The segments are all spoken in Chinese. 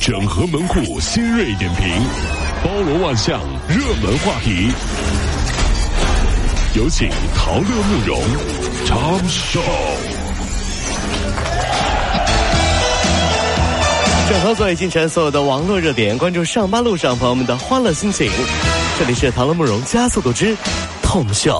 整合门户新锐点评，包罗万象，热门话题。有请陶乐慕容长寿。整合最近城所有的网络热点，关注上班路上朋友们的欢乐心情。这里是《唐乐慕容加速度之痛秀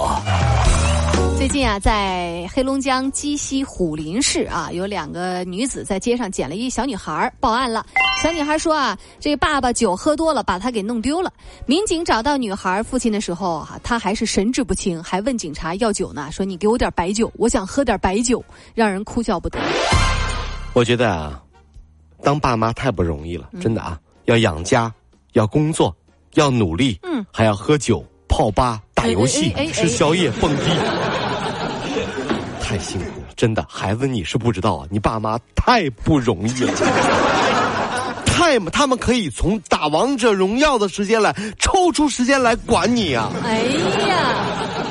最近啊，在黑龙江鸡西虎林市啊，有两个女子在街上捡了一小女孩儿，报案了。小女孩说啊，这爸爸酒喝多了，把她给弄丢了。民警找到女孩父亲的时候啊，她还是神志不清，还问警察要酒呢，说你给我点白酒，我想喝点白酒，让人哭笑不得。》。我觉得啊，当爸妈太不容易嗯了，真的啊，要养家，要工作，要努力，嗯，还要喝酒、泡吧、打游戏哎哎哎、哎吃宵夜、蹦迪，太辛苦了，真的。孩子，你是不知道啊，你爸妈太不容易了。太，他们可以从打王者荣耀的时间来抽出时间来管你啊！哎呀。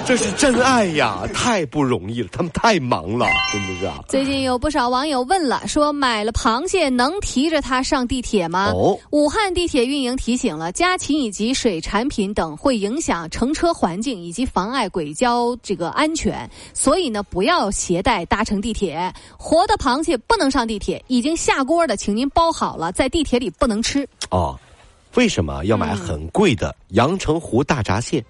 这是真爱呀，太不容易了，他们太忙了，真的是啊。最近有不少网友问了，说买了螃蟹能提着它上地铁吗？哦武汉地铁运营提醒了，家禽以及水产品等会影响乘车环境以及妨碍轨交这个安全，所以呢，不要携带搭乘地铁。活的螃蟹不能上地铁，已经下锅的，请您包好了，在地铁里不能吃。哦，为什么要嗯买很贵的阳澄湖大闸蟹？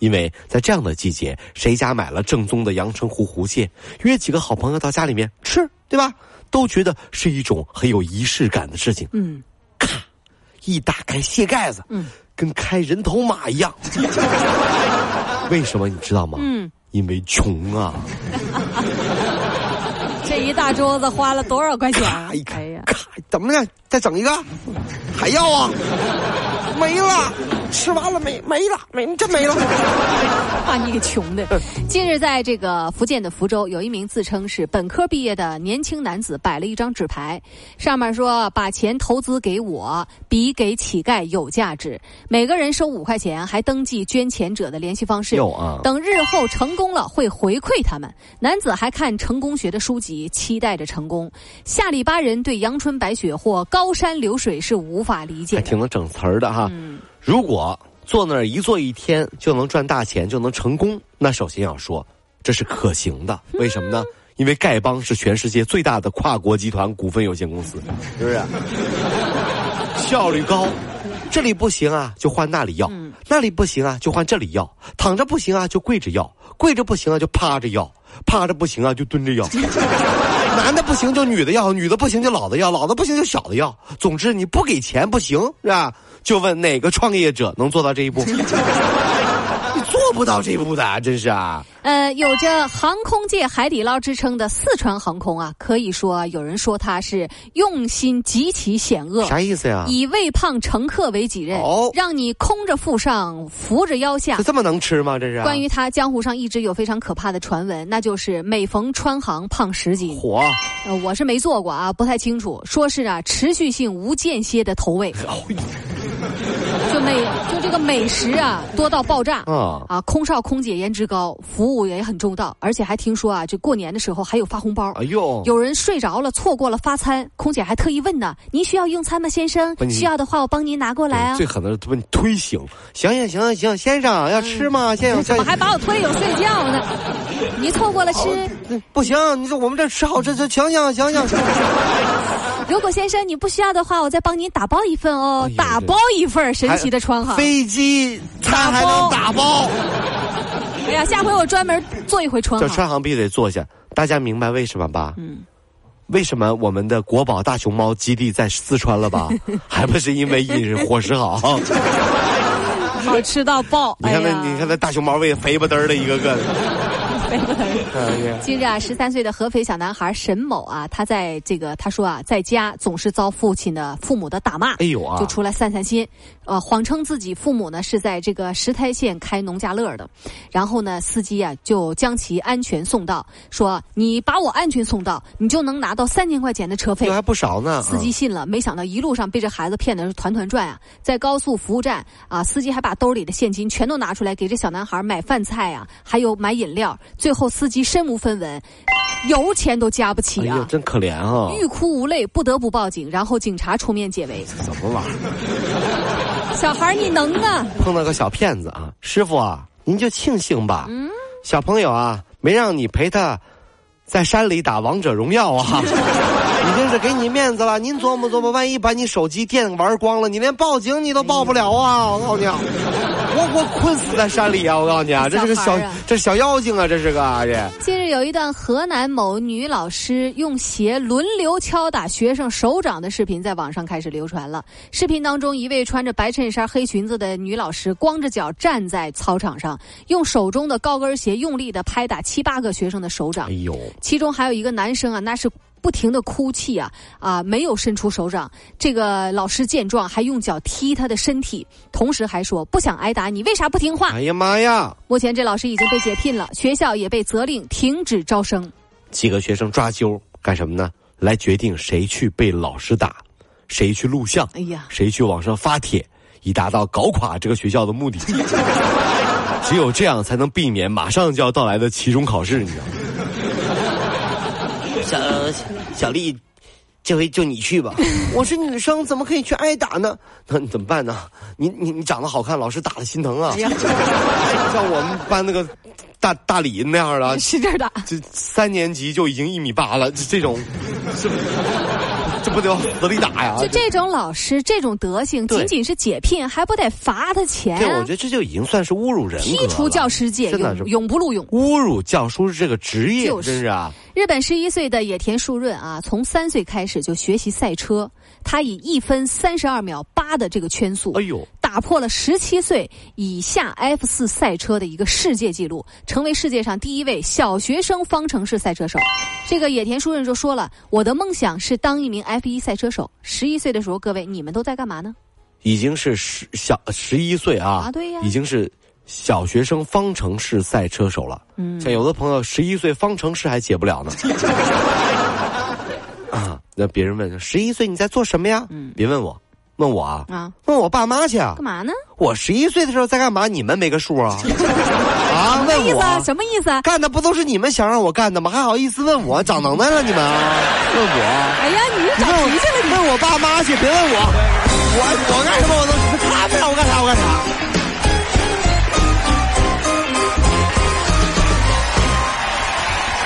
因为在这样的季节，谁家买了正宗的阳澄湖湖蟹，约几个好朋友到家里面吃，对吧？都觉得是一种很有仪式感的事情。嗯，一打开蟹盖子，嗯，跟开人头马 一样。为什么你知道吗？嗯，因为穷啊。这一大桌子花了多少块钱啊哎咔一看，咔，怎么了？再整一个，还要啊？没了，吃完了没？没了，没真没了。把你给穷的。近日，在这个福建的福州，有一名自称是本科毕业的年轻男子摆了一张纸牌，上面说：“把钱投资给我，比给乞丐有价值。”每个人收五块钱，还登记捐钱者的联系方式。有啊等日后成功了会回馈他们。男子还看成功学的书籍，期待着成功。下里巴人对阳春白雪或高山流水是无法理解还的。挺能整词儿的哈。如果坐那儿一坐一天就能赚大钱，就能成功，那首先要说这是可行的。为什么呢？因为丐帮是全世界最大的跨国集团股份有限公司，是不是？效率高，这里不行啊，就换那里要；那里不行啊，就换这里要；躺着不行啊，就跪着要；跪着不行啊，就趴着要；趴着不行啊，就蹲着要。男的不行就女的要，女的不行就老的要，老的不行就小的要。总之你不给钱不行是吧？就问哪个创业者能做到这一步？ 你做不到这一步的啊，真是啊！呃，有着航空界海底捞之称的四川航空啊，可以说有人说它是用心极其险恶，啥意思啊呀？以喂胖乘客为己任，哦让你空着腹上，扶着腰下这。这么能吃吗？这是啊关于它，江湖上一直有非常可怕的传闻，那就是每逢川航胖十斤。火啊呃，我是没做过啊，不太清楚。说是啊，持续性无间歇的投 喂，就美就这个美食啊多到爆炸。啊！啊，空少空姐颜值高，服务也很周到，而且还听说啊，这过年的时候还有发红包。哎呦，有人睡着了，错过了发餐，空姐还特意问呢：“您需要用餐吗，先生不？你需要的话，我帮您拿过来啊。嗯最狠的是问推行，行行行行，先生要吃吗？先生”嗯怎么先还把我推有睡觉呢？你错过了吃。生不行，你说我们这吃好吃吃，行行行行，如果先生你不需要的话，我再帮您打包一份哦哎，呦打包一份儿神奇的川航。飞机餐还能打包。哎呀，下回我专门做一回川这航。川航必须得坐下，大家明白为什么吧？嗯，为什么我们的国宝大熊猫基地在四川了 吧？还不是因为饮食伙食好？好吃到爆！你看那哎呀，你看那大熊猫喂肥不嘚儿的一个个的。哎呀近日啊，十三岁的合肥小男孩沈某啊，他在这个他说啊，在家总是遭父亲的父母的打骂，哎呦啊就出来散散心，呃，谎称自己父母呢是在这个石台县开农家乐的，然后呢，司机啊就将其安全送到，说你把我安全送到，你就能拿到三千块钱的车费这。哎还不少呢。司机信了，没想到一路上被这孩子骗的是团团转啊！在高速服务站啊，司机还把兜里的现金全都拿出来给这小男孩买饭菜啊，还有买饮料。最后司机身无分文，油钱都加不哎起呀，啊，真可怜啊！欲哭无泪，不得不报警，然后警察出面解围。怎么玩儿？小孩儿你能啊？碰到个小骗子啊！师傅啊，您就庆幸吧。小朋友啊，没让你陪他在山里打王者荣耀啊， 已经是给你面子了。您琢磨琢磨，万一把你手机电玩光了，你连报警你都报不了啊！我告诉你啊，我我困死在山里啊！我告诉你啊，这是个小小孩儿啊这是小妖精啊，这是个啊这。近日有一段河南某女老师用鞋轮流敲打学生手掌的视频在网上开始流传了。视频当中，一位穿着白衬衫、黑裙子的女老师光着脚站在操场上，用手中的高跟鞋用力的拍打七八个学生的手掌哎。呦，其中还有一个男生啊，那是不停的哭泣啊啊，没有伸出手掌。这个老师见状，还用脚踢他的身体，同时还说不想挨打，你为啥不听话？哎呀妈呀！目前这老师已经被解聘了，学校也被责令停止招生。几个学生抓阄干什么呢？来决定谁去被老师打，谁去录像。哎呀，谁去网上发帖，以达到搞垮这个学校的目的。 只有这样才能避免马上就要到来的期中考试，你知道吗？小小丽，这回就你去吧。 我是女生，怎么可以去挨打呢？那你怎么办呢？你你你长得好看，老师打的心疼啊！哎呀，像我们班那个大大李那样 的，使劲打！这三年级就已经一米八了，这这种，这这不得往死里打呀？就这种老师，这种德行，对仅仅是解聘，还不得罚他钱？对，我觉得这就已经算是侮辱人格剔除了教师界，真的是永永不录用。侮辱教书这个职业，就是真是啊！日本十一岁的野田树润啊，从三岁开始就学习赛车，他以一分三十二秒八的这个圈速哎，呦，打破了十七岁以下 F 四赛车的一个世界纪录，成为世界上第一位小学生方程式赛车手。这个野田树润就说了：“我的梦想是当一名 F 一赛车手。”十一岁的时候，各位你们都在干嘛呢？已经是十小十一岁啊，啊对呀已经是小学生方程式赛车手了。嗯，像有的朋友十一岁方程式还解不了 呢。啊，那别人问十一岁你在做什么呀？嗯，别问我，问我啊，啊，问我爸妈去啊干。嘛呢？我十一岁的时候在干嘛？你们没个 数啊？啊，什么问意思啊？我。什么意思啊？干的不都是你们想让我干的吗？还好意思问我，长能耐了你们啊？问我。哎呀，你你这问找我脾气了你！问我爸妈去，别问我，我我干什么我都他们让我干啥我干啥。